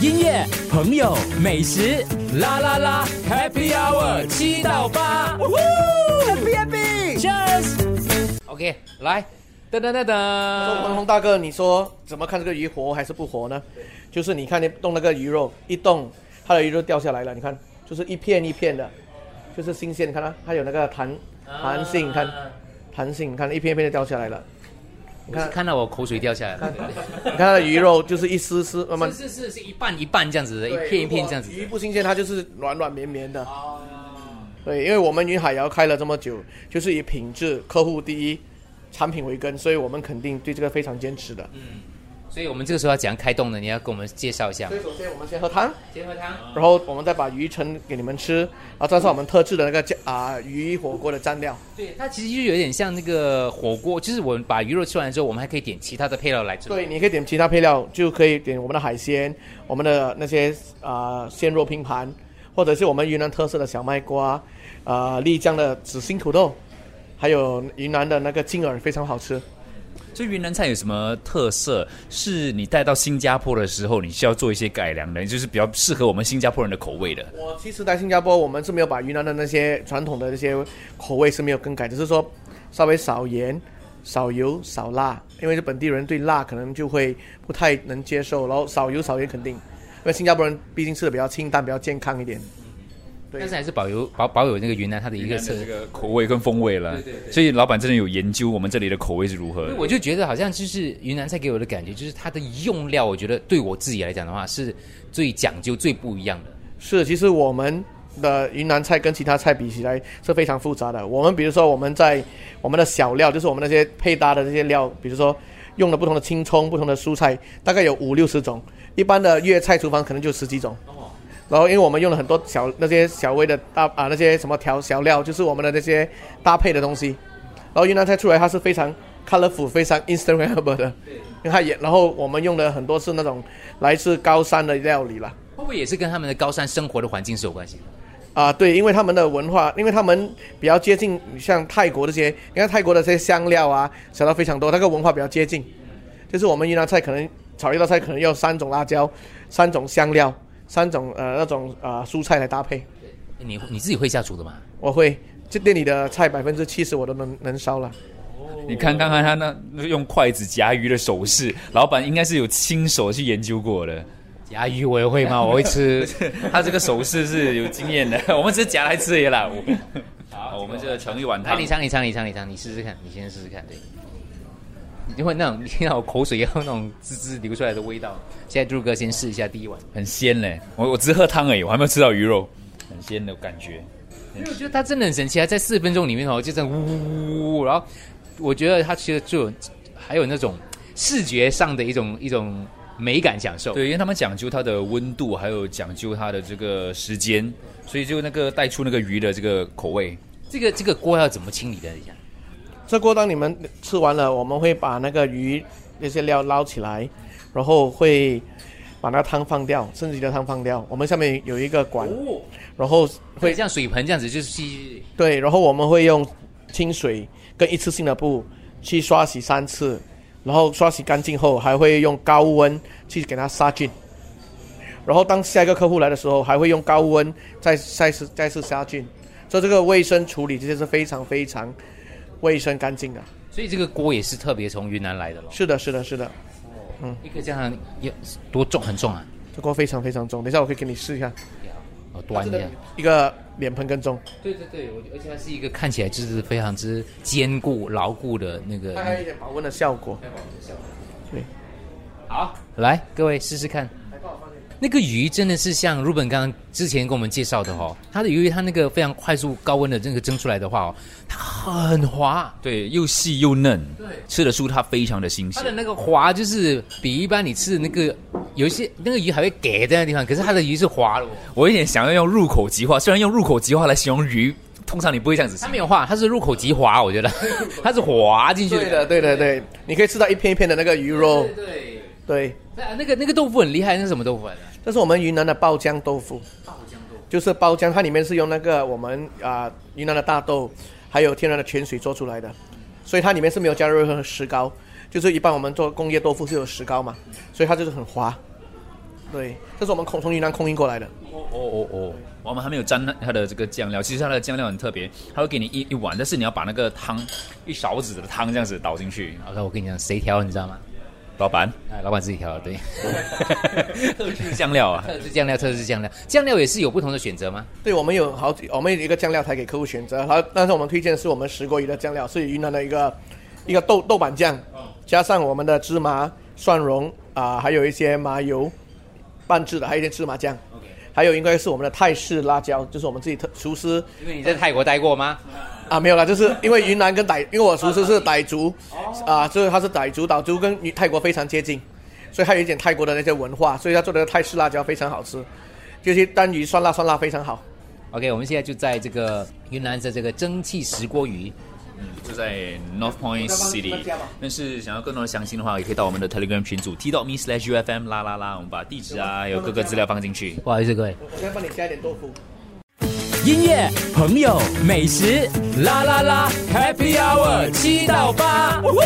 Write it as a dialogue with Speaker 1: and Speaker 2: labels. Speaker 1: 音乐、朋友、美食，啦啦啦，Happy Hour 七到八，Happy Happy，Cheers。
Speaker 2: OK，来，噔噔噔
Speaker 3: 说
Speaker 2: 噔，
Speaker 3: 黄宏大哥，你说怎么看这个鱼活还是不活呢？就是你看你动那个鱼肉，一动它的鱼肉掉下来了，你看就是一片一片的，就是新鲜，你看它啊它有那个弹弹性，你看弹性，你看一片一片的掉下来了。你
Speaker 2: 我是
Speaker 3: 看，
Speaker 2: 看到我口水掉下来了。
Speaker 3: 你看它的鱼肉就是一丝丝慢慢
Speaker 2: 是是是是一半一半这样子的，一片一片这样子
Speaker 3: 对如果鱼
Speaker 2: 的。
Speaker 3: 不新鲜，它就是软软绵绵的。对，因为我们云海肴开了这么久，就是以品质、客户第一、产品为根，所以我们肯定对这个非常坚持的。
Speaker 2: 所以我们这个时候要怎样开动呢？你要给我们介绍一下
Speaker 3: 所。以首先我们先喝汤。
Speaker 2: 结合汤，
Speaker 3: 然后我们再把鱼盛给你们吃，然后蘸上我们特制的那个酱啊、鱼火锅的蘸料。
Speaker 2: 对，它其实就有点像那个火锅，就是我们把鱼肉吃完之后，我们还可以点其他的配料来做。
Speaker 3: 对，你可以点其他配料，就可以点我们的海鲜，我们的那些啊、鲜肉拼盘，或者是我们云南特色的小麦瓜，啊、丽江的紫心土豆，还有云南的那个金耳非常好吃。
Speaker 4: 这云南菜有什么特色？是你带到新加坡的时候，你需要做一些改良的，就是比较适合我们新加坡人的口味的。
Speaker 3: 我其实来新加坡，我们是没有把云南的那些传统的那些口味是没有更改，只是说稍微少盐、少油、少辣，因为是本地人对辣可能就会不太能接受，然后少油少盐肯定，因为新加坡人毕竟吃的比较清淡、比较健康一点。对
Speaker 2: 但是还是保留保保有那个云南它的一
Speaker 4: 一
Speaker 2: 个
Speaker 4: 个
Speaker 2: 特
Speaker 4: 这个口味跟风味了，所以老板真的有研究我们这里的口味是如
Speaker 2: 因
Speaker 4: 何
Speaker 2: 为。我就觉得好像就是云南菜给我的感觉，就是它的用料，我觉得对我自己来讲的话是最讲究、最不一样的。
Speaker 3: 是，其实我们的云南菜跟其他菜比起来是非常复杂的。我们比如说我们在我们的小料，就是我们那些配搭的这些料，比如说用了不同的青葱、不同的蔬菜，大概有五六十种。一般的粤菜厨房可能就十几种。然后，因为我们用了很多小那些小微的搭啊那些什么调小料，就是我们的那些搭配的东西。然后云南菜出来它是非常 colorful、非常 Instagramable 的，因为它也然后我们用的很多是那种来自高山的料理啦。
Speaker 2: 会不会也是跟他们的高山生活的环境是有关系的？
Speaker 3: 啊，对，因为他们的文化，因为他们比较接近像泰国这些，你看泰国的这些香料啊，小料非常多，那个文化比较接近。就是我们云南菜可能炒一道菜可能要三种辣椒、三种香料、三种呃那种呃蔬菜来搭配。
Speaker 2: 你你自己会下厨的吗？
Speaker 3: 我会，这店里的菜百分之七十我都能能烧了。
Speaker 4: 你看看看他那那用筷子夹鱼的手势，老板应该是有亲手去研究过的。
Speaker 2: 夹鱼哎我也会吗？我会 吃。
Speaker 4: 他这个手势是有经验的，我们只是夹来吃而已啦。我好，我们就盛一碗
Speaker 2: 来，
Speaker 4: 汤
Speaker 2: 你。尝，你尝，你尝，你尝，你试试看，你先试试看，对。因为那种 那种口水要那种滋滋流出来的味道。现在朱哥先试一下第一碗，
Speaker 4: 很鲜嘞，我我只喝汤而已，我还没有吃到鱼肉，很鲜的感觉。
Speaker 2: 因为我觉得它真的很神奇，它啊在四分钟里面哦，就这样呜呜呜呜，然后我觉得它其实就有还有那种视觉上的一种一种美感享受。
Speaker 4: 对，因为他们讲究它的温度，还有讲究它的这个时间，所以就那个带出那个鱼的这个口味。
Speaker 2: 这个这个锅要怎么清理的？一下，
Speaker 3: 这锅当你们吃完了，我们会把那个鱼那些料捞起来，然后会把那汤放掉，剩余的汤放掉。我们下面有一个管，然后
Speaker 2: 会像水盆这样子，就是去
Speaker 3: 对，然后我们会用清水跟一次性的布去刷洗三次，然后刷洗干净后，还会用高温去给它杀菌。然后当下一个客户来的时候，还会用高温再再次再次杀菌，所以这个卫生处理这些是非常非常卫生干净的。
Speaker 2: 所以这个锅也是特别从云南来的咯。
Speaker 3: 是的，是的，是的，
Speaker 2: 一个这样要多重？很重啊！
Speaker 3: 这锅非常非常重。等一下我可以给你试一下，
Speaker 2: 我端一下。
Speaker 3: 一个脸盆跟重，
Speaker 2: 对对对，我而且它是一个看起来就是非常之坚固、牢固的那
Speaker 3: 它还有
Speaker 2: 个。
Speaker 3: 一点保温的效果。
Speaker 2: 好，来各位试试看。那个鱼真的是像 Ruben 刚刚之前跟我们介绍的哦，它的由于它那个非常快速高温的这个蒸出来的话哦，它很滑，
Speaker 4: 对，又细又嫩，对，吃得出它非常的新
Speaker 2: 它的
Speaker 4: 鲜。
Speaker 2: 那个滑就是比一般你吃的那个有一些那个鱼还会给在那地方，可是它的鱼是滑的哦，
Speaker 4: 我有点想要用入口即化，虽然用入口即化来形容鱼，通常你不会这样子
Speaker 2: 它
Speaker 4: 形
Speaker 2: 没
Speaker 4: 容。
Speaker 2: 有滑，它是入口即滑， 我觉得它是滑进去
Speaker 3: 对的，对的，对，你可以吃到一片一片的那个鱼肉
Speaker 2: 对。对
Speaker 3: 对。
Speaker 2: 对，啊那个那个豆腐很厉害，那是什么豆腐来的？
Speaker 3: 这是我们云南的爆浆豆腐。爆浆豆腐就是爆浆，它里面是用那个我们啊、云南的大豆，还有天然的泉水做出来的，所以它里面是没有加入任何石膏。就是一般我们做工业豆腐是有石膏嘛，所以它就是很滑。对，这是我们空从云南空运过来的。
Speaker 4: 哦哦哦，我们还没有沾它的这个酱料。其实它的酱料很特别，它会给你一一碗，但是你要把那个汤一勺子的汤这样子倒进去。
Speaker 2: 好了，我跟你讲，谁调你知道吗？
Speaker 4: 老 板，
Speaker 2: 啊，老板自己调的，对。
Speaker 4: 特制酱料啊，
Speaker 2: 特制酱料，特制酱料，酱料也是有不同的选择吗？
Speaker 3: 对，我们有好几，我们有一个酱料台给客户选择，然后但是我们推荐的是我们石锅鱼的酱料，是云南的一个一个豆豆瓣酱，加上我们的芝麻、蒜蓉啊、还有一些麻油拌制的，还有一些芝麻酱。还有应该是我们的泰式辣椒，就是我们自己特厨师
Speaker 2: 因为你在泰国待过吗？
Speaker 3: 啊，没有啦，就是因为云南跟傣，因为我厨师是傣族，啊，就是他是傣族，傣族跟与泰国非常接近，所以他有一点泰国的那些文化，所以他做的泰式辣椒非常好吃，就是单鱼酸辣酸辣非常好。
Speaker 2: OK，我们现在就在这个云南的这个蒸汽石锅鱼，
Speaker 4: 就在 North Point
Speaker 3: 我
Speaker 4: City
Speaker 3: 在帮。
Speaker 4: 但是想要更多的详情的话，也可以到我们的 Telegram 群组 t.me slash ufm 啦啦啦，我们把地址啊，还有各个资料放进去。
Speaker 2: 不好意思各位，
Speaker 3: 我先帮你加一点豆腐。
Speaker 1: 音乐、朋友、美食，啦啦啦，Happy Hour 七到八，呜呼